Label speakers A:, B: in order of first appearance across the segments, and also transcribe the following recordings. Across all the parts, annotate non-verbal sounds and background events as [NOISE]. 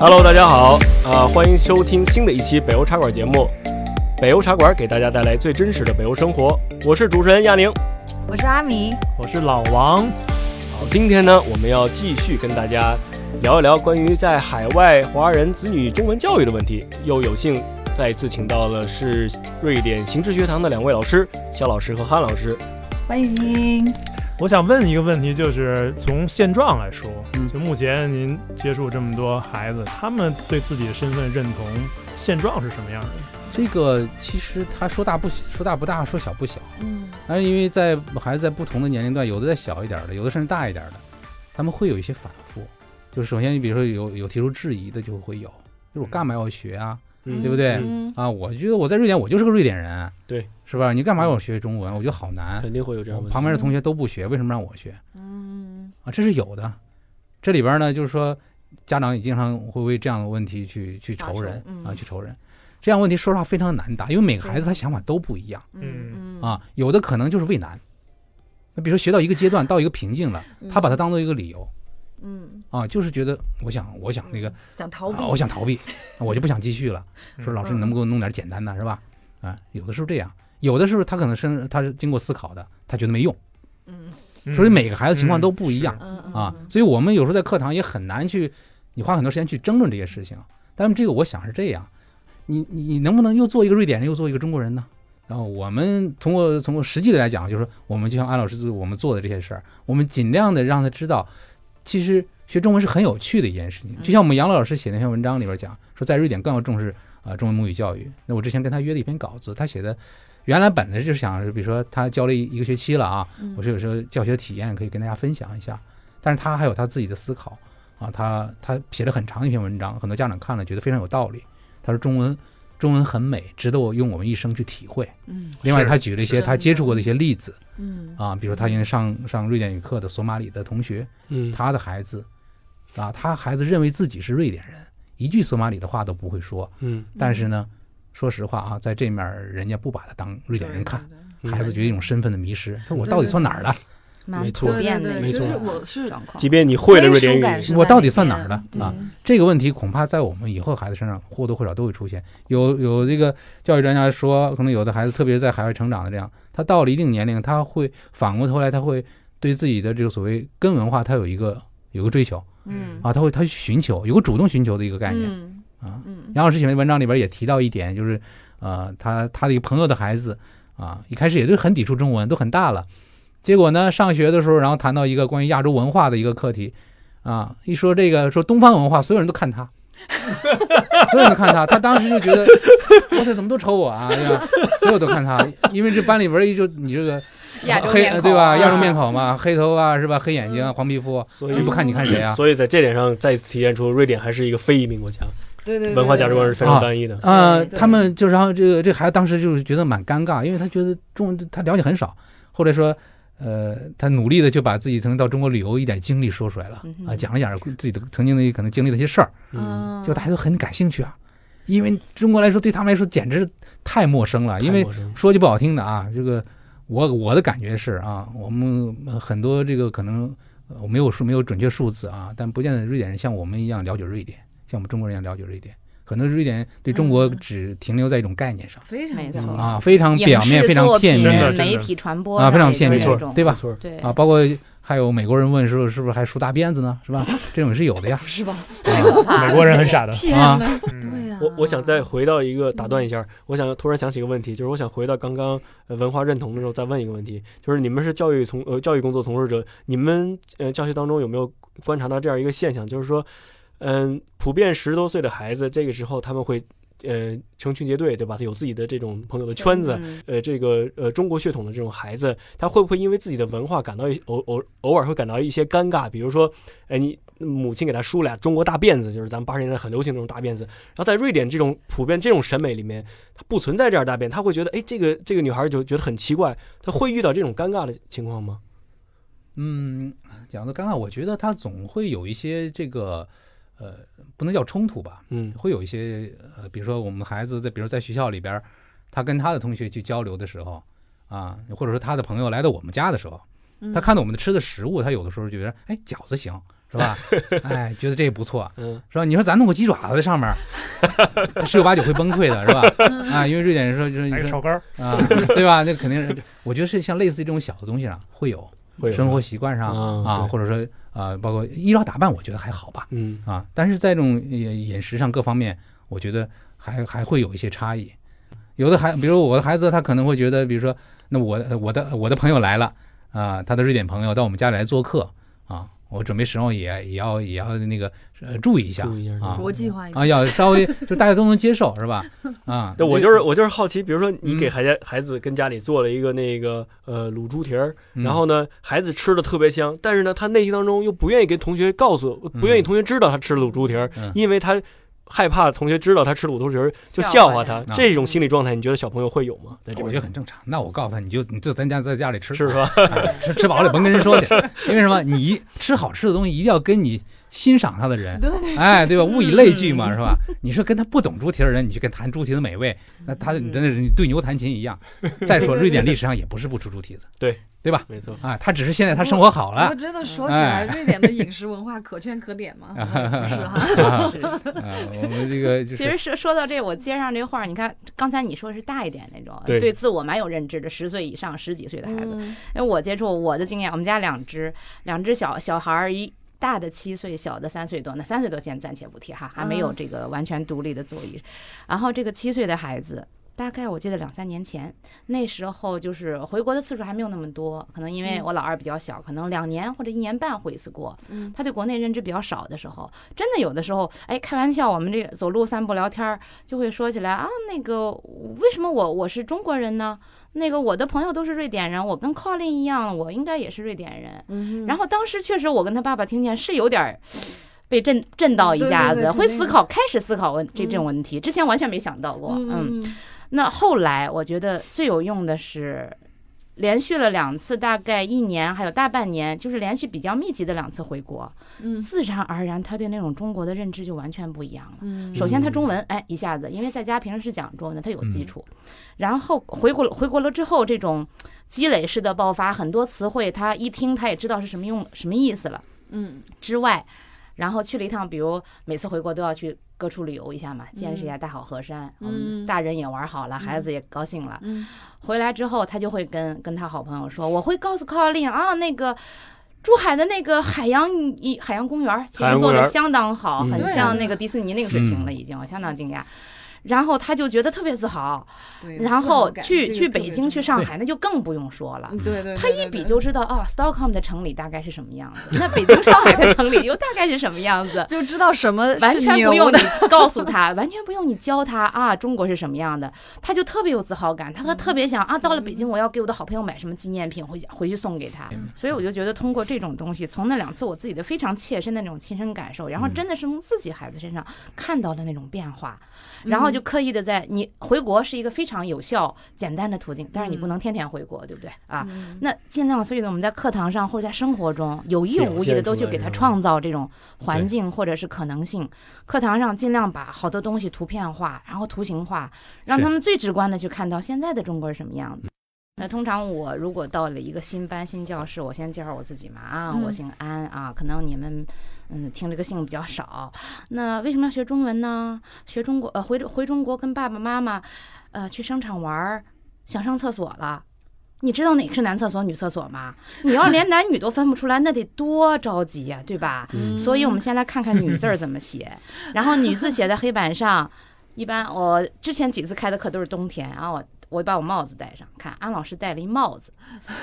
A: Hello，大家好，呃，欢迎收听新的一期北欧茶馆节目。北欧茶馆给大家带来最真实的北欧生活，我是主持人亚宁。
B: 我是阿明，
C: 我是老王，
A: 好，今天呢，我们要继续跟大家聊一聊关于在海外华人子女中文教育的问题。又有幸再一次请到了是瑞典行知学堂的两位老师，肖老师和韩老师。
B: 欢迎。
C: 我想问一个问题，就是从现状来说，
A: 嗯
C: 就目前您接触这么多孩子，他们对自己的身份认同现状是什么样的？
D: 这个其实他说大不说大不大，说小不小。
B: 嗯
D: 但是因为在孩子在不同的年龄段，有的再小一点儿的，有的甚至大一点儿的，他们会有一些反复。就是首先，你比如说有有提出质疑的就会有，就是我干嘛要学啊？
A: 嗯
D: 对不对
B: 嗯
D: 啊，我觉得我在瑞典，我就是个瑞典人，
A: 对，
D: 是吧？你干嘛要我学中文？我觉得好难。
A: 嗯肯定会有这样
D: 我
A: 的问题。
D: 旁边的同学都不学，为什么让我学
B: 嗯
D: 啊？这是有的。这里边呢，就是说家长也经常会为这样的问题去去
B: 发
D: 愁
B: 愁
D: 人、
B: 嗯
D: 啊，去愁人。这样问题说实话非常难答，因为每个孩子他想法都不一样。
B: 嗯
D: 啊，有的可能就是畏难。那比如说学到一个阶段，到一个瓶颈了，他把它当做一个理由
B: 嗯
D: 啊，就是觉得我想我想那个，
B: 想逃避
D: 啊，我想逃避，我就不想继续了。
C: 嗯
D: 说老师，你能不能给我弄点简单的，是吧？啊，有的时候这样，有的时候他可能是他是经过思考的，他觉得没用。
B: 嗯
C: 嗯
D: 所以每个孩子情况都不一样
B: 嗯
D: 啊，所以我们有时候在课堂也很难去，你花很多时间去争论这些事情。但是这个我想是这样，你你你能不能又做一个瑞典人，又做一个中国人呢？然后我们通过通过实际的来讲，就是说我们就像安老师做我们做的这些事儿，我们尽量的让他知道，其实学中文是很有趣的一件事情。就像我们杨老师写那篇文章里边讲，说在瑞典更要重视啊、呃中文母语教育。那我之前跟他约了一篇稿子，他写的原来本来就是想，比如说他教了一一个学期了啊，
B: 嗯
D: 我说有时候教学体验可以跟大家分享一下，但是他还有他自己的思考啊，他他写了很长一篇文章，很多家长看了觉得非常有道理。他说中文中文很美，值得我用我们一生去体会。
B: 嗯
D: 另外，
C: 是
D: 他举了一
B: 是
D: 些他接触过的一些例子
B: 嗯
D: 啊，比如他原来上上瑞典语课的索马里的同学，
A: 嗯，
D: 他的孩子啊，他孩子认为自己是瑞典人，一句索马里的话都不会说，
A: 嗯，
D: 但是呢，说实话啊，在这面儿人家不把他当瑞典人看。，
A: 嗯
D: 孩子觉得一种身份的迷失，说我
A: 对
D: 到底算哪儿的？
A: 没
B: 蛮
A: 错
B: 普遍的一
A: 没
B: 个
A: 错
B: 就是我是状况
A: 即便你会了瑞典
B: 归属感
A: 语，嗯
B: 是
E: 嗯
B: 在
D: 我到底算哪儿的
B: 边
D: 啊？
B: 嗯
D: 这个问题恐怕在我们以后孩子身上或多或少都会出现。有有这个教育专家说，可能有的孩子，特别是在海外成长的这样，他到了一定年龄，他会反过头来，他会对自己的这个所谓根文化，他有一个有个追求
B: 嗯
D: 啊，他会他去寻求，有个主动寻求的一个概念
B: 嗯
D: 啊。
B: 嗯
D: 杨老师写的文章里边也提到一点，就是呃，他他的一个朋友的孩子啊，一开始也是很抵触中文，都很大了，结果呢，上学的时候，然后谈到一个关于亚洲文化的一个课题啊，一说这个说东方文化，所有人都看
B: [LAUGHS]
D: 他。所有人都看他，他当时就觉得，哇塞，怎么都瞅我啊？对吧？所有都看他，因为这班里边儿一就你这个
B: 亚洲
D: 黑
B: 面孔
D: 对吧？
B: 啊
D: 亚洲面孔嘛，黑头发是吧？黑眼睛啊，黄皮肤，
A: 所以
D: 你不看你看谁啊？
A: 所以在这点上再一次体现出瑞典还是一个非移民国家，
B: 对
E: 嗯
B: 对对
A: 文化价值观是非常单一的。
D: 呃，
B: 对嗯对
D: 他们就然后这个这孩子当时就是觉得蛮尴尬，因为他觉得中文他了解很少，后来说。呃，他努力的就把自己曾经到中国旅游一点经历说出来了
B: 嗯哼
D: 啊，讲了讲自己的曾经的可能经历的一些事儿，
A: 嗯，
D: 就大家都很感兴趣啊，因为中国来说对他们来说简直是太陌生了，因为
A: 太陌生了
D: 说句不好听的啊，这个我我的感觉是啊，我们呃很多这个可能呃我没有数没有准确数字啊，但不见得瑞典人像我们一样了解瑞典，像我们中国人一样了解瑞典。很多瑞典人对中国
B: 嗯
D: 只停留在一种概念上、
B: 非
F: 没
B: 感
F: 错
B: 动
D: 啊，非常
F: 影
D: 表面，
F: 视
D: 非常
F: 作
D: 片
F: 品
C: 真的
D: 面
C: 真的
F: 媒体传播
D: 啊，非常片
A: 没
D: 面
A: 错，
D: 对
A: 没
D: 吧？
A: 错，
F: 对
D: 啊，包括还有美国人问说是不是还梳大辫子呢，是
F: [LAUGHS]
D: 吧？这种是有的呀。
B: 是吧？ [LAUGHS]
C: 美国人很傻的，
B: 天
D: 啊
B: 哪，
C: 嗯
B: 对呀，
A: 我我想再回到一个打断一下，我想突然想起一个问题，就是我想回到刚刚呃文化认同的时候再问一个问题，就是你们是教育从呃教育工作从事者，你们呃教学当中有没有观察到这样一个现象，就是说，嗯，普遍十多岁的孩子这个时候他们会呃成群结队，对吧？他有自己的这种朋友的圈子，呃，这个呃中国血统的这种孩子，他会不会因为自己的文化感到一偶偶偶尔会感到一些尴尬？比如说，哎，你母亲给他梳俩中国大辫子，就是咱们八十年代很流行那种大辫子。然后在瑞典这种普遍这种审美里面，他不存在这样大辫，他会觉得，哎，这个这个女孩就觉得很奇怪，他会遇到这种尴尬的情况吗？
D: 嗯，讲的刚刚，我觉得他总会有一些这个呃，不能叫冲突吧，
A: 嗯
D: 会有一些呃，比如说我们孩子在，比如在学校里边儿，他跟他的同学去交流的时候啊，
E: 嗯
B: 嗯
D: 或者说他的朋友来到我们家的时候，他看到我们的吃的食物，他有的时候就觉得，哎，饺子行，是吧？ [LAUGHS] 哎，觉得这不错，
A: 嗯，
D: 是吧？你说咱弄个鸡爪子在上面， [LAUGHS] 十有八九会崩溃的，是吧？啊，因为瑞典人说就是
C: 来
D: 你
C: 个
D: 说
C: 炒肝儿，
D: 啊，对吧？那肯定是，我觉得是像类似于这种小的东西上会有
A: 会有
D: 生活习惯上
A: 嗯
D: 啊，
A: 对
D: 或者说啊，包括衣着打扮，我觉得还好吧
A: 嗯
D: 啊，但是在这种呃饮食上各方面，我觉得还还会有一些差异。有的孩，比如我的孩子，他可能会觉得，比如说，那我的我的我的朋友来了啊、他的瑞典朋友到我们家里来做客啊，我准备时候也也要也要那个呃注意一下
A: 注意一下
D: 啊
B: 国际化一点
D: 啊，要稍微就大家都能接受是吧？啊，
A: [LAUGHS] 对，我就是我就是好奇，比如说你
D: 嗯
A: 给孩家孩子跟家里做了一个那个呃卤猪蹄儿，
D: 嗯
A: 然后呢，孩子吃的特别香，但是呢，他内心当中又不愿意跟同学告诉，不愿意同学知道他吃了卤猪蹄儿，
D: 嗯
A: 因为他害怕同学知道他吃卤猪蹄儿就
B: 笑
A: 笑
B: 话
A: 话
B: 他
A: 他。
D: 啊
A: 这种心理状态，你觉得小朋友会有嗯 [LAUGHS] 吗？在这
D: 我
A: 边
D: 觉得很正常。那我告诉他，你就你就咱家在家
A: [LAUGHS]
D: 里吃，
A: 是吧？
D: 哎吃吃饱了也甭跟人说
F: [LAUGHS]
D: 去，因为什么？你吃好吃的东西一定要跟你欣赏它的人，
B: 对对
D: 哎，对吧？物以类聚嘛，
F: 嗯
D: 是吧？你说跟他不懂猪蹄儿的人，你去跟他谈猪蹄的美味，那他
F: 嗯
D: 你真的是你对牛弹琴一样。再说瑞典历史上也不是不出猪蹄子，
A: 对
D: 对吧？
A: 没错，
D: 啊，他只是现在他生活好
B: 不
D: 了
B: 过，真的说起来，
D: 哎
B: 瑞典的饮食文化可圈可点
F: [LAUGHS]
B: 吗？不是哈，
D: [LAUGHS] 啊，啊我们这个就
F: 哦其
D: 是
F: 实 [LAUGHS] 说说到这，我接上这话儿，你看刚才你说是大一点那种，
A: 对
F: 对自我蛮有认知的十岁以上、十几岁的孩子。
B: 嗯
F: 因为我接触我的经验，我们家两只两只小小孩儿一。大的七岁，小的三岁多。那三岁多先暂且不提哈，还没有
B: 嗯
F: 这个完全独立的自我意识。然后这个七岁的孩子，大概我记得两三年前，那时候就是回国的次数还没有那么多，可能因为
B: 嗯
F: 我老二比较小，可能两年或者一年半回一次国。
B: 嗯
F: 他对国内认知比较少的时候，真的有的时候，哎，开玩笑，我们这个走路散步聊天儿，就会说起来啊，那个为什么我我是中国人呢？那个我的朋友都是瑞典人，我跟 Colin 一样，我应该也是瑞典人。
B: 嗯
F: 然
B: 后
F: 后当时确实我跟他爸爸听见是有点儿被震震到一
B: 对对
F: 下
B: 对
F: 子，
B: 肯
F: 会
B: 定
F: 思
B: 的
F: 考，开始思考问这这种
B: 嗯
F: 问题，之前完全没想到过，嗯
B: 嗯嗯
F: 那后来我觉得最有用的是，连续了两次，大概一年还有大半年，就是连续比较密集的两次回国，
B: 嗯
F: 自然而然他对那种中国的认知就完全不一样了。
B: 嗯
F: 首先，他中文哎一下子，因为在家平时是讲中文的，他有
B: 嗯
F: 基础。然后回国了回国了之后，这种积累式的爆发，很多词汇他一听他也知道是什么用什么意思了。
B: 嗯
F: 之外，然后去了一趟，比如每次回国都要去各处旅游一下嘛，见识一下大好河山，我
B: 嗯
F: 们大人也玩好了，孩
B: 嗯
F: 子也高兴了。
B: 嗯
F: 回来之后，他就会跟跟他好朋友说，我会告诉 Colin 啊，那个。珠海的那个海洋一海洋公园，其
A: 海
F: 实
A: 洋
F: 做
A: 公
F: 的
A: 园
F: 相当好，
A: 嗯
F: 很
B: 对啊
F: 像
B: 对
F: 那个迪士尼那个水平了，已经，我相当惊讶。然后他就觉得特别自豪，
B: 对
F: 然后去去北京去，上
D: 对
F: 海，那就更不用说了。
B: 有自我感嗯对对，，
F: 他一比就知道啊，Stockholm 的城里大概是什么样子，那北京、上海的城里又大概是什么样子
B: [LAUGHS] 就知道什么
F: 完全不用
B: 的
F: 你，告诉他，完全不用你教他啊，中国是什么样的，他就特别有自豪感，他
B: 嗯
F: 他特别想啊，到了北京我要给我的好朋友买什么纪念品回家回去送给他，
B: 嗯
F: 所以我就觉得通过这种东西，从那两次我自己的非常切身的那种亲身感受，然后
B: 嗯
F: 真的是从自己孩子身上看到的那种变化，
B: 嗯
F: 然后就刻意的在你回国是一个非常有效简单的途径，但是你不能天天回国，对不对啊？
B: 嗯
F: 那尽量，所以呢，我们在课堂上或者在生活中，有意无意的都去给他创造这种环境或者是可能性。课堂上尽量把好多东西图片化，然后图形化，让他们最直观的去看到现在的中国是什么样子。那通常我如果到了一个新班新教室，我先介绍我自己嘛啊，
B: 嗯
F: 我姓安啊，可能你们嗯听这个姓比较少。那为什么要学中文呢？学中国呃回回中国跟爸爸妈妈呃去商场玩儿，想上厕所了。你知道哪个是男厕所、女厕所吗？你要连男女都分不出来，那得多着急呀、对吧？
A: 嗯
F: 所以我们先来看看女字儿怎么写。然后女字写在黑板上，一般我之前几次开的课都是冬天啊，我我把我帽子戴上，看安老师戴了一帽子，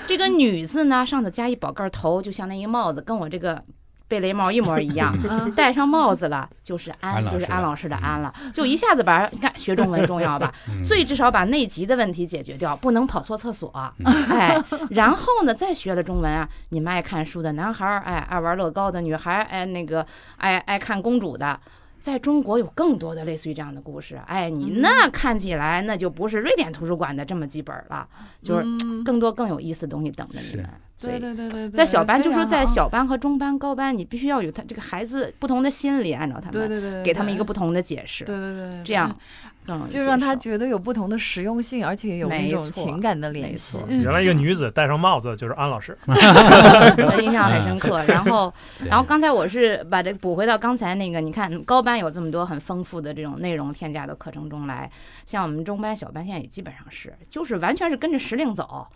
F: 这个女字呢上头加一宝盖头，就像那一帽子，跟我这个。贝雷帽一模一样，戴上帽子了就是安
D: 安，老
F: 就是
D: 师
F: 安
D: 了
F: 老师的安了，就一下子把你看学中文重要吧，
D: 嗯
F: 最至少把内急的问题解决掉，不能跑错厕所。
B: 嗯
F: 哎，然后呢，再学了中文啊，你们爱看书的男孩儿，哎，爱玩乐高的女孩儿，哎，那个爱爱看公主的。在中国有更多的类似于这样的故事，哎，你那
B: 嗯
F: 看起来那就不是瑞典图书馆的这么几本儿了，就是
E: 嗯
F: 更多更有意思的东西等着你们。所
B: 嗯对
F: 以
B: 对对对，啊
F: 在小班，就说在小班和中班、高班，你必须要有他这个孩子不同的心理，按照他
B: 对
F: 们
B: 对对，
F: 给他们一个不同的解释。
E: 嗯
B: 对对对，
F: 这样，更容易
E: 就让
F: 接
E: 他
F: 受
E: 觉得有不同的实用性，而且有
F: 没
E: 一种
F: 错
E: 情感的联
F: 没
E: 系
F: 错。
E: 嗯
C: [LAUGHS] 原来一个女子戴上帽子就是安老师，
F: 我印象很深刻。然后，
D: 对
F: 然后刚才我是把这补回到刚才那个，你看高班有这么多很丰富的这种内容添加到课程中来，像我们中班、小班现在也基本上是，就是完全是跟着时令走。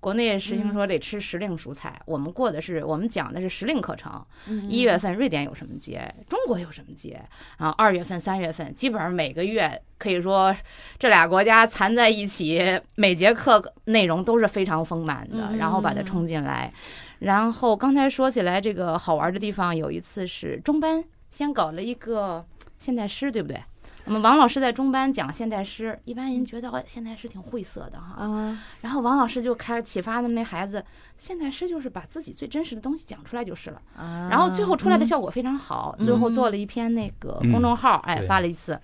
F: 国内实行说得吃时令蔬菜，我们过的是我们讲的是时令课程。
E: 嗯
F: 一月份瑞典有什么节，中国有什么节，然后二月份、三月份，基本上每个月可以说这俩国家缠在一起，每节课内容都是非常丰满的，
E: 嗯
F: 然后把它冲进来。然后刚才说起来这个好玩的地方，有一次是中班先搞了一个现代诗，对不对？我们王老师在中班讲现代诗，一般人觉得哎现代诗挺晦涩的哈，
E: 啊，
F: 然后王老师就开启发他们那孩子，现代诗就是把自己最真实的东西讲出来就是了。
E: 然
F: 然后最后出来
E: 嗯
F: 的效果非常好，最后做了一篇那个公众号，哎，
D: 对
F: 发了一次，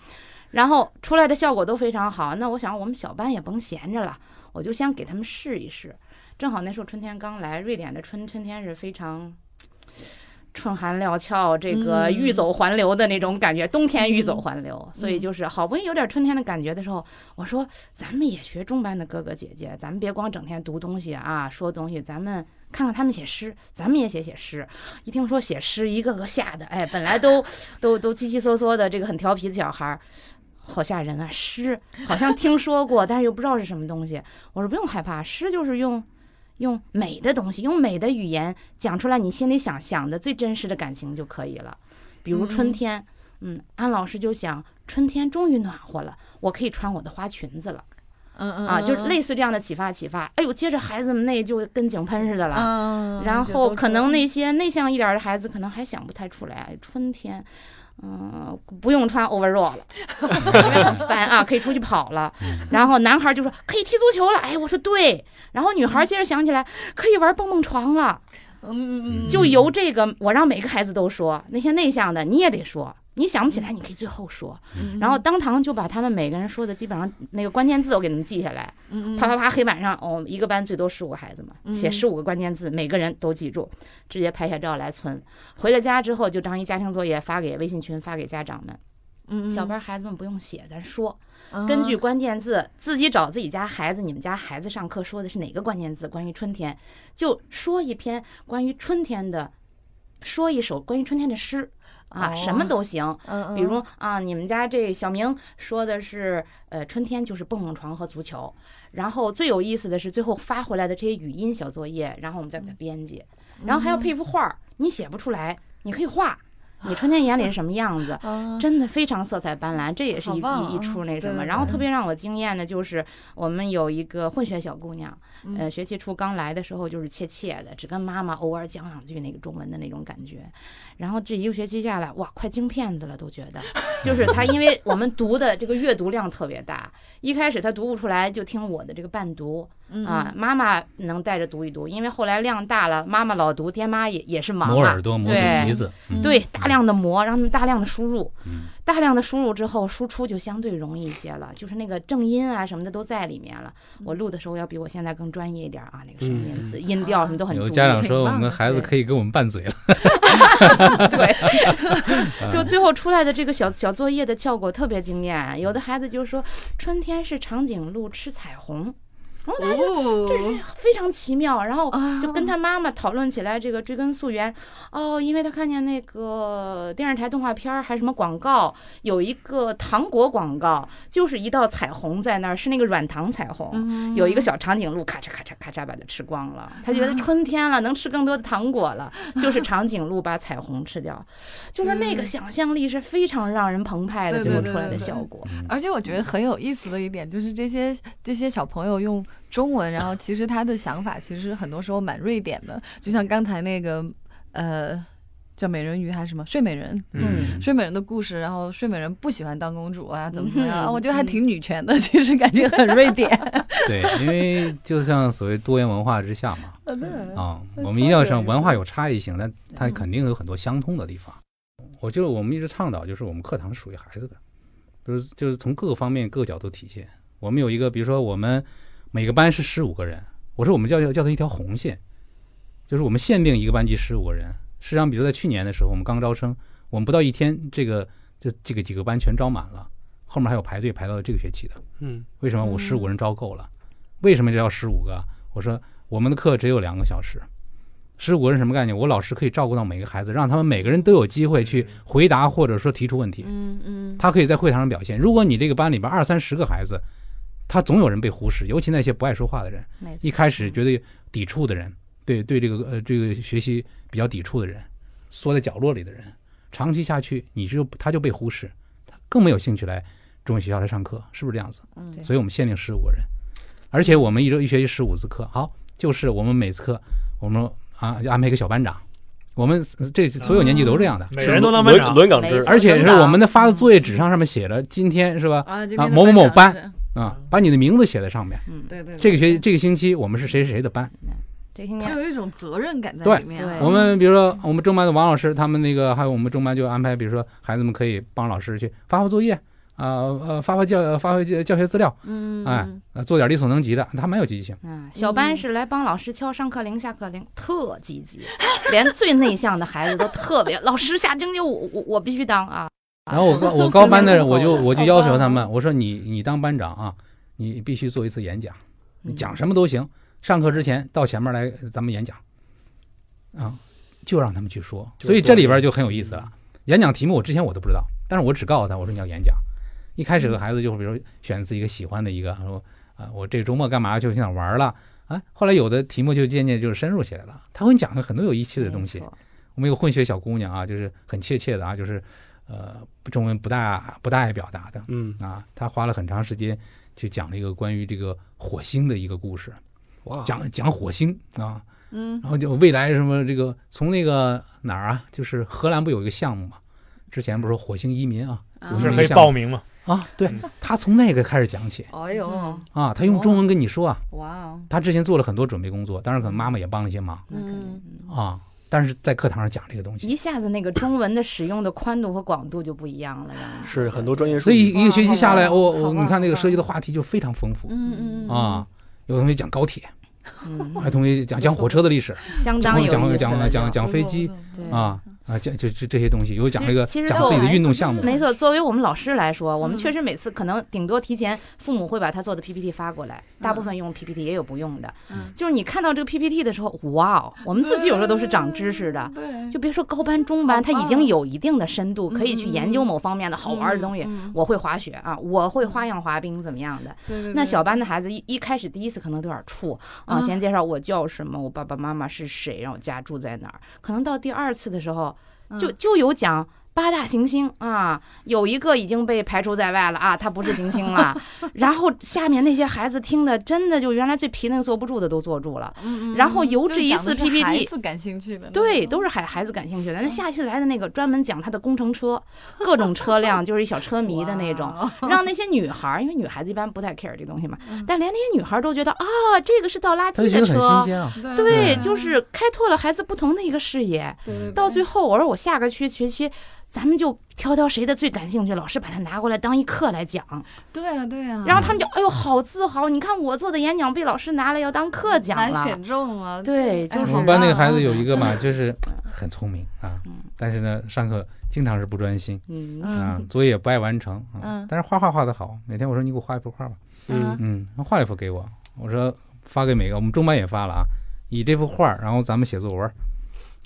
F: 然后出来的效果都非常好。那我想我们小班也甭闲着了，我就先给他们试一试。正好那时候春天刚来，瑞典的春春天是非常。春寒料峭，这个
E: 嗯
F: 欲走还留的那种感觉，冬天欲走还留，所以就是好不容易有点春天的感觉的时候，我说咱们也学中班的哥哥姐姐，咱们别光整天读东西啊，说东西，咱们看看他们写诗，咱们也写写诗。一听说写诗，一个个吓得，哎，本来都都都畏畏缩缩的，这个很调皮的小孩儿，好吓人啊！诗好像听说过，但是又不知道是什么东西。我说不用害怕，诗就是用。用美的东西，用美的语言讲出来你心里想想的最真实的感情就可以了。比如春
E: 嗯
F: 天，嗯，安老师就想，春天终于暖和了，我可以穿我的花裙子了。
E: 嗯嗯
F: 啊，就是类
E: 似
F: 似这样的启发启发。哎呦，接着孩子们那就跟井喷似的了。
E: 嗯，
F: 然
E: 就
F: 后
E: 都
F: 可
E: 说
F: 能那些内向一点的孩子，可能还想不太出来。哎春天，嗯、不用穿 overall 了，因为
C: [LAUGHS]
F: 很烦啊，可以出去跑了。
E: 嗯
F: 然后男孩就说可以踢足球了，哎，我说对。然后女孩接着想起来可以玩蹦蹦床了，
E: 嗯嗯嗯
F: 就由这个我让每个孩子都说，那些内向的你也得说，你想不起来你可以最后说。
E: 嗯，
F: 然后当堂就把他们每个人说的基本上那个关键字我给他们记下来。
E: 嗯嗯
F: 啪啪啪，黑板上，哦，一个班最多十五个孩子嘛，写
E: 嗯
F: 十五个关键字，每个人都记住，直接拍下照来存。回了家之后，就当一家庭作业发给微信群，发给家长们。
E: 嗯
F: 小
E: 嗯
F: 班孩子们不用写，咱说，
E: 嗯
F: 根据关键字自己找自己家孩子，你们家孩子上课说的是哪个关键字？关于春天，就说一篇关于春天的，说一首关于春天的诗啊，什么
E: 哦
F: 都行。
E: 嗯，
F: 比如啊，你们家这小明说的是，呃，春天就是蹦蹦床和足球，然后最有意思的是最后发回来的这些语音小作业，然后我们再给它编辑，然后还要配幅画儿，你写不出来，你可以画，你春天眼里是什么样子
E: 嗯
F: 真的非常色彩斑斓，这也是
E: 好
F: 一
E: 棒
F: 一一
E: 啊
F: 出那什
E: 对
F: 么。
E: 对
F: 然后特
D: 对
F: 别让我惊艳的就是，我们有一个混血小姑娘，
E: 嗯
F: 呃，学期初刚来的时候就是怯怯的，只跟妈妈偶尔讲两句那个中文的那种感觉。然后这一个学期下来，哇，快惊骗子了，都觉
D: [LAUGHS]
F: 得。就是她，因为我们读的这个阅读量特别大，一开始她读不出来，就听我的这个伴读
E: 嗯
F: 啊，妈妈能带着读一读，因为后来量大了，妈妈老读，爹妈也也是忙啊
D: 磨
F: 嘛
D: 耳朵磨
F: 对
D: 嘴皮子，嗯
F: 对，大量的磨，让他们大量的输入，
D: 嗯
F: 大量的输入之后，输出就相对容易一些了，就是那个正音啊什么的都在里面了。我
D: 嗯
F: 录的时候要比我现在更专业一点啊，那个声音、
A: 嗯
F: 字音调什么都很注
D: 有
F: 意。
D: 家长说我
E: 棒
D: 们的
E: 的
D: 孩
E: 对
D: 子可以跟我们拌嘴了，
F: 对，就最后出来的这个小小作业的效果特别惊艳。啊有的孩子就说春天是长颈鹿吃彩虹，然后他就
E: 哦
F: [LAUGHS] 这是非常奇妙。然后
E: 啊
F: 就跟他妈妈讨论起来这个追根溯源。哦，因为他看见那个电视台动画片儿还是什么广告，有一个糖果广告，就是一道彩虹在那儿，是那个软糖彩虹。
E: 嗯
F: 有一个小长颈鹿，咔嚓咔嚓咔嚓把它吃光了。他觉得春天了，能吃更多的糖果了，就是长颈鹿把彩虹吃
E: [LAUGHS]
F: 掉，就是那个想象力是非常让人澎湃的，
E: 对对
F: 最后
E: 对
F: 出来的
E: 对对
F: 效果。
E: 而且我觉得很有意思的一点就是这些这些小朋友用中文，然后其实他的想法其实很多时候蛮瑞典的，就像刚才那个呃叫美人鱼还是什么睡美人。
F: 嗯
E: 睡美人的故事，然后睡美人不喜欢当公主啊，怎么怎么样啊？
F: 嗯
E: 我觉得还挺女权 [LAUGHS] 的，其实感觉很瑞 [LAUGHS] 典。
D: 对，因为就像所谓多元文化之下嘛，
A: 嗯
D: 啊，我们一定要上文化有差异性，但它肯定有很多相通的地方。我就是我们一直倡导，就是我们课堂是属于孩子的，就是就是从各个方面各个角度体现。我们有一个，比如说我们每个班是十五个人，我说我们叫叫叫它一条红线，就是我们限定一个班级十五个人。实际上，比如在去年的时候，我们刚招生，我们不到一天，这个这这个几个班全招满了，后面还有排队排到这个学期的。
A: 嗯
D: 为什么我十五人招够了？为什么这要十五个？我说我们的课只有两个小时，十五个人什么概念？我老师可以照顾到每个孩子，让他们每个人都有机会
C: 嗯
D: 去回答或者说提出问题。
E: 嗯嗯，
D: 他可以在会堂上表现。如果你这个班里边二三十个孩子，他总有人被忽视，尤其那些不爱说话的人，
F: 没错
D: 一开始觉得抵触的人，对对这个呃这个学习比较抵触的人，缩在角落里的人，长期下去，你就他就被忽视，他更没有兴趣来中文学校来上课，是不是这样子？
F: 嗯
D: 所以我们限定十五个人，而且我们一周一学期十五次课。好，就是我们每次课我们啊就安排一个小班长，我们这所有年级都是这样的，
C: 每
A: 是
C: 人都当班
A: 轮
C: 长，
A: 轮岗
F: 没
A: 制
F: 错，
D: 而且是我们的发的作业纸上上面写着今天是吧？
E: 啊，今
D: 啊
E: 天的
D: 某某某
E: 班长是，
D: 啊，把你的名字写在上面。
F: 嗯，
E: 对对，对
D: 这个学这个星期我们是谁谁谁的班，
F: 这些
E: 他
F: 年
E: 有一种责任感在
D: 对
E: 里面啊。
F: 对
D: 我们比如说，我们中班的王老师，他们那个还有我们中班就安排，比如说孩子们可以帮老师去发发作业，啊呃发发教发发教教学资料，
E: 嗯，
D: 哎呃做点力所能及的，他蛮有积极性。
F: 嗯，小班是来帮老师敲上课铃、下课铃，特积极， [LAUGHS] 连最内向的孩子都特别。老师下针灸， [LAUGHS] 我我我必须当啊！
D: 然后我高我高班的人，我就我就要
E: 好
D: 求
E: 吧
D: 他们，我说你你当班长啊，你必须做一次演讲，你
F: 嗯
D: 讲什么都行，上课之前到前面来呃咱们演讲，啊，就让他们去说。
A: 就
D: 所以
A: 多
D: 这里
A: 说
D: 边就很有意思了。演讲题目我之前我都不知道，但是我只告诉他我说你要演讲。一开始的孩子就会比如选自己一个喜欢的一个，说啊我这周末干嘛就想玩了啊。后来有的题目就渐渐就是深入起来了，他会讲很多有意思的东西
F: 没。错
D: 我们有混血小姑娘啊，就是很切切的啊，就是呃中文不大不大爱表达的
A: 嗯
D: 啊，她花了很长时间去讲了一个关于这个火星的一个故事，
A: 哇
D: 讲讲火星啊，
E: 嗯，
D: 然后就未来什么这个从那个哪儿啊，就是荷兰不有一个项目嘛，之前不是说火星移民啊
E: 啊
D: 是
C: 是可以报名嘛？
D: 啊，对
C: 嗯
D: 她从那个开始讲起
E: 哎呦
F: 嗯，
D: 啊，她用中文跟你说啊，
E: 哇哦，
D: 她之前做了很多准备工作，当然可能妈妈也帮了一些忙
F: 那肯定
E: 嗯。
F: 嗯
D: 啊，但是在课堂上讲这个东西。
F: 一下子那个中文的使用的宽度和广度就不一样了呀。
A: 是很多专业术
D: 所以
A: 语，
D: 一个学期下来，
E: 好
D: 我
E: 棒好
D: 我
E: 棒
D: 你看那个涉及的话题就非常丰富
E: 嗯嗯嗯
D: 啊，，有同学讲高铁，
F: 嗯，
D: [LAUGHS] 还有同学讲讲火车的历史
F: 相 [LAUGHS] 当有意思了就。
D: 讲讲讲讲飞机
F: 对
D: 啊啊，讲就这这些东西，有讲这个
F: 其实
D: 讲自己的运动项目，
F: 没错，作为我们老师来说，我们
E: 嗯
F: 确实每次可能顶多提前，父母会把他做的 PPT 发过来，
D: 嗯
F: 大部分用 PPT 也有不用的。
E: 嗯
F: 就是你看到这个 PPT 的时候，哇哦，我们自己有时候都是
E: 嗯
F: 长知识的。就别说高班、中班，
E: 好
F: 他已
E: 棒啊
F: 经有一定的深度，可以去
E: 嗯嗯
F: 研究某方面的好玩的东西。
E: 嗯嗯
F: 我会滑雪啊，我会花样滑冰，怎么样的？
E: 对对
F: 那
E: 对
F: 小班的孩子一一开始第一次可能都有点怵啊，
E: 啊
F: 先介绍我叫什么，我爸爸妈妈是谁，然后我家住在哪儿。可能到第二次的时候，就
E: 嗯
F: 就有讲八大行星啊，有一个已经被排除在外了啊，它不是行星了。 [LAUGHS] 然后下面那些孩子听的，真的就原来最皮那个坐不住的都坐住了，
E: 嗯嗯
F: 然后
E: 嗯
F: 由
E: 就
F: 这一
E: 讲的
F: 次
E: 是
F: PPT
E: 孩子感兴趣的那种，
F: 对，都是孩孩子感兴趣
E: 嗯
F: 的。那下一次来的那个专门讲他的工程车， [LAUGHS] 各种车辆，就是一小车迷的那种。
E: 哇
F: [LAUGHS] 让那些女孩儿，因为女孩子一般不太 care 这东西嘛
E: 嗯，
F: 但连那些女孩儿都觉得啊，这个是倒垃
D: 他就
F: 圾
D: 觉
F: 的
D: 得很新
F: 车，
D: 鲜
F: [LAUGHS]
D: 啊。
E: 哦，
F: 对，
D: 嗯
F: 就是开拓了孩子不同的一个视野。到最
E: 后
F: 后，我说我下个学学期，咱们就挑挑谁的最感兴趣，老师把它拿过来当一课来讲，
E: 对啊对啊，
F: 然后他们就哎呦好自豪，你看我做的演讲被老师拿来要当课讲
E: 嗯难
F: 了
E: 选，中啊，
F: 对，就
E: 哎
F: 是
D: 我
E: 好
D: 们班那个
E: 棒啊
D: 孩子有一
F: [LAUGHS]
D: 个嘛，就是很聪明啊
F: 嗯，
D: [LAUGHS] 但是呢，上课经常是不专心
F: 嗯，
D: 啊
E: 嗯，
D: 作业不爱完成啊
E: 嗯，
D: 但是画画画得好，每天我说你给我画一幅画吧，
A: 嗯，
D: 嗯，画一幅给我，我说发给每个，我们中班也发了啊，以这幅画，然后咱们写作文，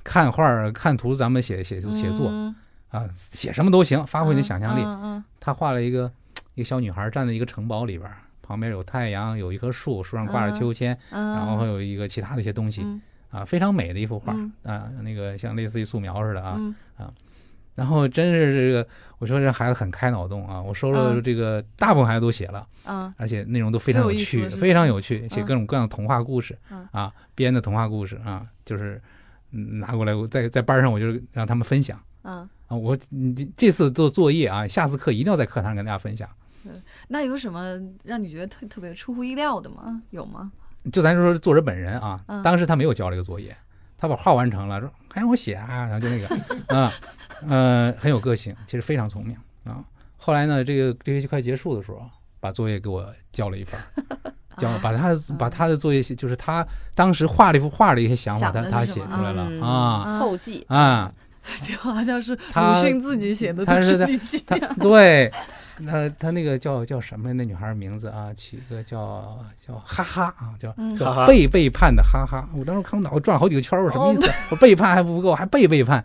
D: 看画儿看图，咱们写写写作。
E: 嗯
D: 啊，写什么都行，发挥你的想象力。
E: 嗯嗯
D: 他画了一个一个小女孩站在一个城堡里边儿，旁边有太阳，有一棵树，树上挂着
E: 嗯
D: 秋千，
E: 嗯，
D: 然后还有一个其他的一些东西、
E: 嗯
D: 啊，非常美的一幅画、
E: 嗯
D: 啊，那个像类似于素描似的啊。
E: 嗯
D: 然后真是这个，我说这孩子很开脑洞啊，我收了
E: 嗯
D: 这个大部分孩子都写了，
E: 嗯
D: 而且内容都非常有
E: 最有
D: 趣，
E: 意思是吧
D: 非常有趣，写
E: 嗯
D: 各种各样的童话故事、
E: 嗯
D: 啊，编的童话故事啊，就是嗯拿过来我在在班上我就让他们分享。
E: 嗯，
D: 啊，我你这这次做作业啊，下次课一定要在课堂上跟大家分享。
E: 那有什么让你觉得特特别出乎意料的吗？有吗？ [LAUGHS]
D: 就咱就说作者本人啊，
E: 嗯
D: 当时他没有交这个作业，他把画完成了，说还让我写啊， [LAUGHS] 然后就那个啊，呃，很有个性，其实非常聪明啊。后来呢，这个这学期快结束的时候，把作业给我交了一份儿，
E: [LAUGHS]
D: 交了
E: 啊
D: 把他的把他的作业写，就是他当时画了一幅画的一些想法，
E: 想
D: 他
E: 的
D: 他
E: 是
D: 写
E: 什
D: 出
E: 么
D: 来了
F: 嗯
D: 啊
F: 后记，
D: 啊，
E: 就好像是
D: 他
E: 鲁迅自己写的
D: 他
E: 都
D: 是
E: 是
D: [LAUGHS] 在
E: [LAUGHS] 笔记，
D: 他对，他他那个叫叫什么那女孩儿名字啊，起个叫叫哈哈啊，叫
E: 嗯
A: 哈哈
D: 被背叛的哈哈。我当时看我脑子转了好几个圈儿，我什么意
E: 哦
D: 思？我背叛还不够， [LAUGHS] 还被背叛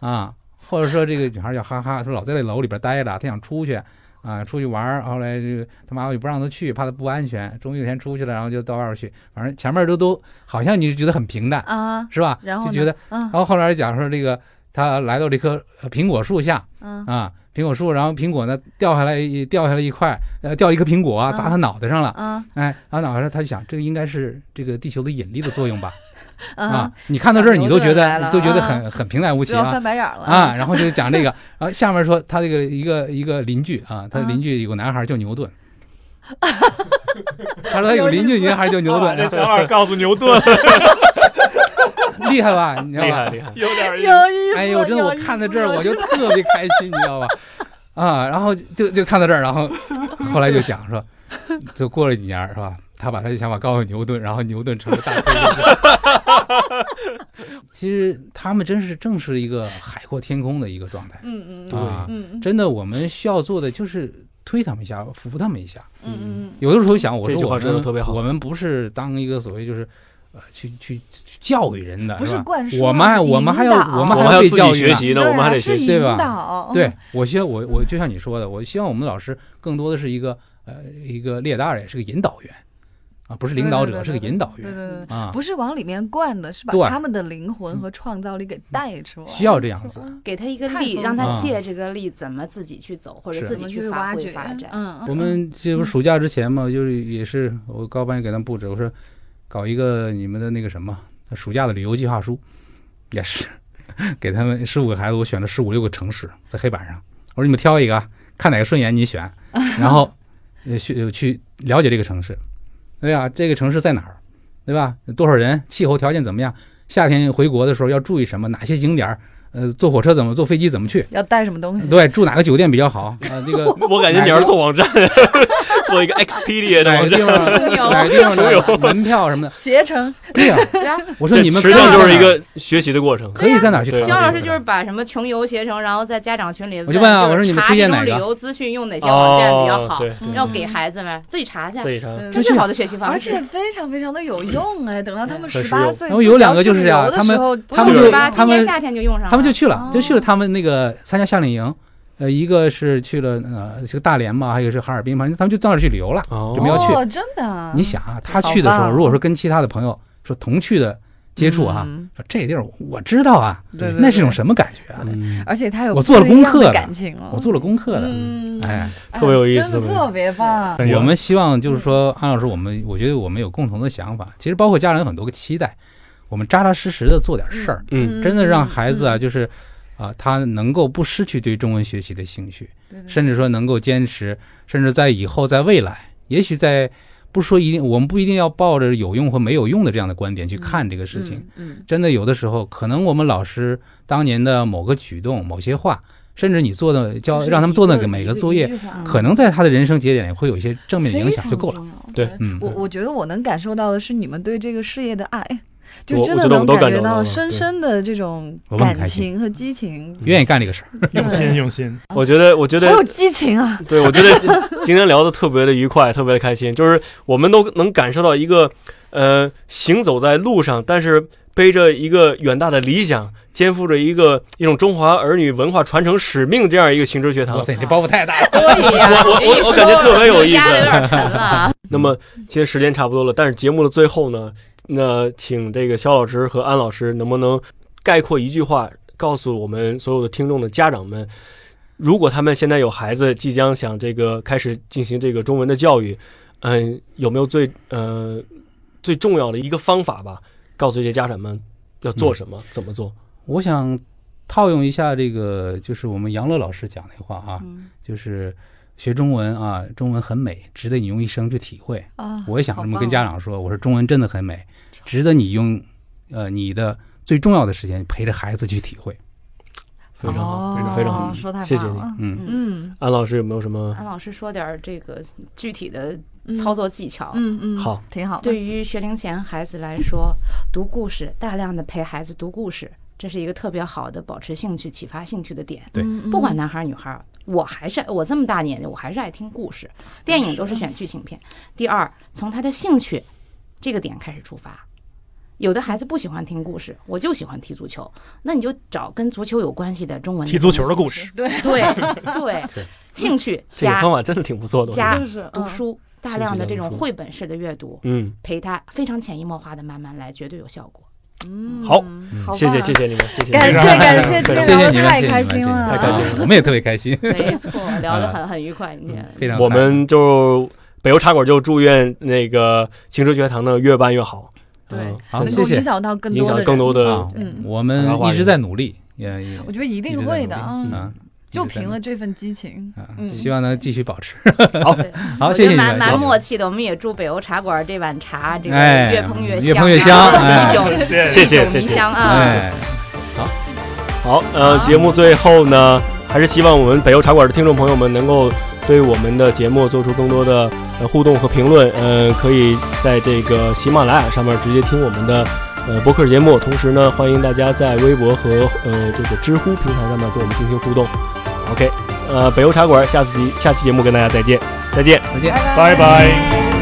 D: 啊？或者说这个女孩儿叫哈哈，说老在这楼里边待着，她想出去啊，出去玩儿。后来这个他妈也不让她去，怕她不安全。终于有一天出去了，然后就到外边去，反正前面都都好像你就觉得很平淡，
E: 啊，
D: 是吧？
E: 然后
D: 就
E: 呢
D: 觉得，
E: 嗯
D: 然后后来讲说这个他来到这棵呃苹果树下。
E: 嗯
D: 啊，苹果树，然后苹果呢掉下来一掉下来一块，呃，掉一颗苹果啊砸他脑袋上了，
E: 嗯
D: 哎，然后脑袋上他就想，这个应该是这个地球的引力的作用吧？
E: 嗯
D: 啊，，你看到这儿你都觉
F: 想牛顿来了
D: 得都觉得
E: 啊
D: 很很平淡无
E: 只
D: 奇
E: 要
D: 啊
E: 翻白眼儿了
D: 啊，，然后就讲这个，然后下面说他这个一个一个邻居啊，他的
E: 啊
D: 邻居有个男孩叫牛顿。他说他有个邻居男孩叫牛
C: 把
D: 顿，
C: 啊
D: 啊
C: 这想法告诉牛
D: [LAUGHS]
C: 顿，
D: 啊厉害吧？你知道
A: 厉
D: 吧？
A: 害厉害，
C: 有点意思。
E: 有 [LAUGHS] 意思。
D: 哎呦，真的，我
E: 有意
D: 看到
E: 思
D: 这儿我就特别开心，你知道吧？啊，然后就就看到这儿，然后后来就讲说，就过了几年儿是吧？他把他的想法告诉牛顿，然后牛顿成了大科学家。 [LAUGHS] 其实他们真是正是一个海阔天空的一个状态。
E: 嗯嗯
A: 对
D: 啊
E: 嗯嗯
D: 真的，我们需要做的就是推他们一下，扶他们一下。
E: 嗯嗯嗯，
D: 有的时候想，我
A: 这
D: 说
A: 句
D: 我
A: 话
D: 们
A: 真的特别好
D: 我们不是当一个所谓就是，呃，去去去教育人的，
E: 不
D: 是吧？
E: 灌输，
D: 我们还
E: 是
D: 我们还要
E: 引导
D: 我
A: 我
D: 们
A: 们还要
D: 被
A: 自
D: 教育
A: 己学
D: 呢
A: 习呢，
E: 对
A: 我们还得
E: 是
A: 学习。
D: 对
E: 引
D: 吧
E: 导，
D: 对，我希望我我就像你说的，我希望我们老师更多的是一个呃一个猎大人，是个引导员啊，不是领导者，
E: 对对对
D: 是个引导
E: 对对
D: 员
E: 对对，
D: 啊，
E: 不是往里面灌的，是把
D: 对
E: 他们的灵魂和创造力给带出来，
D: 需要这样子。
F: 给他一个
E: 太
F: 力，
E: 丰
F: 让他
D: 富
F: 借这个力怎么自己去走，或者
D: 是
F: 自
E: 怎
F: 己
E: 么
F: 去
E: 去
F: 发
E: 挖
F: 挥
E: 掘
F: 发展。
E: 嗯，嗯
D: 我们这不是暑假之前嘛，就是也是我高班也给他们布置，我说搞一个你们的那个什么暑假的旅游计划书，也是给他们十五个孩子，我选了十五六个城市在黑板上，我说你们挑一个啊，看哪个顺眼你选，然后呃去呃去了解这个城市，对呀、这个城市在哪儿，对吧？多少人，气候条件怎么样？夏天回国的时候要注意什么？哪些景点儿？呃，坐火车怎么？坐飞机怎么去？
E: 要带什么东西？。
D: 对，住哪个酒店比较好？啊、那个
A: 我感觉你要是做网站， [LAUGHS] 做一个 Expedia 的
D: 哪个
A: 网
D: 地
A: [LAUGHS] 站，
D: 方啊哪个地方的门票什么的
E: 携程，
D: 对呀、 [LAUGHS] 我说
A: 这
D: 你们
A: 实际上
D: 可以
A: 就是一
D: 在哪儿
A: 个学习的过程。
D: 可以在哪儿去
A: 对
D: 查？
F: 肖老师就是把什么穷游携程，然后在家长群里
D: 我就问啊我
F: 就
D: 说你
F: 是
D: 们
F: 查
D: 推
F: 这
D: 荐
F: 种
D: 哪
F: 旅
D: 个
F: 游资讯用哪些网站比较
A: 哦，
F: 好，
A: 对，
E: 嗯
F: 要给孩子们自己查
D: 嗯
F: 去，
A: 自己查。
E: 对
F: 这
D: 就
F: 最
D: 是
F: 好的学习方
E: 而
F: 式
E: 且。非常非常的有用哎，等到他们
A: 很
E: 十
A: 实
E: 八
A: 用
E: 岁，
D: 然后有两个就是这样
E: 不想去
D: 他
E: 旅游的
D: 们
E: 时候
F: 不
D: 他
F: 是
D: 们
F: 十
D: 就
F: 八，今
D: 他们
F: 年夏天就用上了。
D: 他们就去了
E: 哦，
D: 就去了他们那个参加夏令营，呃，一个是去了呃这个大连嘛，还有一个是哈尔滨嘛，他们就到那儿去旅游了。
A: 哦
D: 就没有去
E: 哦，真的啊，
D: 你想啊，他去的时
E: 好
D: 候，
E: 棒
D: 如果说跟其他的朋友说同去的接触啊，
E: 嗯
D: 说这地儿我知道啊，
E: 对对
D: 那是一种什么感觉啊？
A: 嗯，
E: 而且他有
D: 我做了
E: 不一样
D: 功课
E: 的
D: 的
E: 感情了，
D: 我做了功课的，
E: 嗯，
D: 哎，
E: 哎
A: 特别有意思
E: 真的特别棒，
C: 很有
D: 我们希望就是说，安老师，我们我觉得我们有共同的想法，其实包括家长有很多个期待，我们扎扎实实的做点事儿，
A: 嗯
D: 真的让孩子啊，就是啊、他能够不失去对中文学习的兴趣，
E: 对，对
D: 甚至说能够坚持，甚至在以后在未来，也许在不说一定，我们不一定要抱着有用和没有用的这样的观点去看这个事情。，
E: 嗯
D: 真的有的时候，可能我们老师当年的某个举动、某些话，甚至你做的教让他们做的每个作业，，可能在他的人生节点里会有一些正面的影响就够了。
E: 了。
A: 对
D: 嗯
E: 我我觉得我能感受到的是你们对这个事业的爱，就
A: 我
E: 真
A: 我
E: 的
A: 觉得
E: 能
A: 我都
E: 感
A: 感
E: 觉
A: 受到
E: 到
A: 了
E: 深
A: 对
E: 深的这种
D: 我们很
E: 感
D: 开心
E: 情和激情，
D: 嗯愿意干这个事儿，
C: 用心用心，
A: 我觉得，我觉
E: 好有
A: 得，
E: 激情啊！
A: 对我觉得今今天聊的特别的愉快，特别的开心，就是我们都能感受到一个，呃，行走在路上，但是背着一个远大的理想，肩负着一个一种中华儿女文化传承使命这样一个行知学堂
D: 哇。塞，你这包袱太大了。
F: 对呀，
D: [LAUGHS]
F: 哎
A: 我我我我感觉特别有意思
F: 压力有点沉了啊。
A: 那么
E: 嗯
A: 今天时间差不多了，但是节目的最后呢，那请这个肖老师和安老师能不能概括一句话，告诉我们所有的听众的家长们，如果他们现在有孩子即将想这个开始进行这个中文的教育，嗯，有没有最呃最重要的一个方法吧？告诉这些家长们要做什么，怎么做？
D: 我想套用一下这个，就是我们杨乐老师讲那话啊，
F: 嗯
D: 就是学中文啊，中文很美，值得你用一生去体会。
E: 啊，
D: 我也想
E: 好
D: 这么
E: 棒
D: 跟家长说，我说中文真的很美，值得你用呃你的最重要的时间陪着孩子去体会。
A: 非常好，这个
E: 哦
A: 非常好，
E: 说太
A: 谢谢
E: 棒
A: 你
E: 了
D: 嗯，
E: 嗯，
A: 安老师有没有什么
F: 安老师说点儿这个具体的
E: 嗯
F: 操，作技巧。啊
E: 嗯嗯，
A: 好，
E: 挺好的，
F: 对于学龄前孩子来说，读故事，大量的陪孩子读故事，这是一个特别好的保持兴趣、启发兴趣的点。
D: 对
E: 嗯
F: 不管男孩儿女孩儿，我还是我这么大年纪，我还是爱听故事，电影都是选剧情片。第二，从他的兴趣这个点开始出发。有的孩子不喜欢听故事，我就喜欢踢足球，那你就找跟足球有关系的中文。
C: 踢足球的故事，
E: 对，
F: [LAUGHS] 对对
D: 是，
F: 兴趣
A: 这个
F: 加
A: 方法真的挺不错的。我觉得
F: 加
E: 就是
F: 读
E: 嗯
F: 书，大
D: 兴趣
F: 量的
D: 加
F: 这
D: 读
F: 种
D: 书
F: 绘本式的阅读，
A: 嗯，
F: 陪他非常潜移默化的慢慢来，绝对有效
D: [LAUGHS]
F: 果。
E: 嗯
A: 好
E: 好
A: 谢谢谢
E: 谢，
A: 谢你们，谢谢你们
E: 感谢
C: 非常
E: 感
A: [LAUGHS]
E: 谢，今天聊
D: 谢谢
E: 得
D: 你们，
E: 太
D: 谢谢
E: 开
D: 你们
E: 心了，
A: 太开心了
D: [LAUGHS] 啊我们也特别开
E: [LAUGHS]
D: 心，
F: 没
D: [LAUGHS]
F: 错，聊得很很愉快，今天
D: 啊嗯非常
A: 我
D: 快
A: 们就北邮茶馆就祝愿那个行车学堂呢越办越好，
E: 对
A: 嗯
D: 好，
E: 能
D: 谢
E: 够
D: 谢
E: 影响到更
A: 影
E: 多的
A: 响
E: 人
A: 更多的
D: 啊，
E: 嗯
D: 我们一直在努力，也也
E: 我觉得一
D: 一
E: 定
D: 直在
E: 会
D: 努
E: 的
D: 力
E: 啊，
A: 嗯
D: 啊，
E: 就
D: 一直在
E: 凭
D: 努
E: 了
D: 力
E: 这份激情，
D: 啊
E: 嗯，
D: 希望能继续保持。
F: 对
D: [LAUGHS] 好，
F: 我
D: 谢
F: 觉
D: 谢
F: 得
D: 你们，谢谢
F: 蛮蛮
D: 你们
F: 默契的。我们也祝北欧茶馆这碗茶这个
D: 哎
F: 越烹越
D: 越烹越
F: 香，
D: 香哎
F: 然后
C: 谢谢
A: 谢
F: 历
A: 谢
F: 久
A: 谢
F: 弥
A: 谢。
F: 香啊！
D: 哎，
A: 好，呃，节目最后呢，还是希望我们北邮茶馆的听众朋友们能够对我们的节目做出更多的呃互动和评论。呃，可以在这个喜马拉雅上面直接听我们的呃播客节目，同时呢，欢迎大家在微博和呃这个知乎平台上面跟我们进行互动。OK，呃，北邮茶馆下次集下期节目跟大家再见，再见。
D: 再见。
C: 拜拜。
E: 拜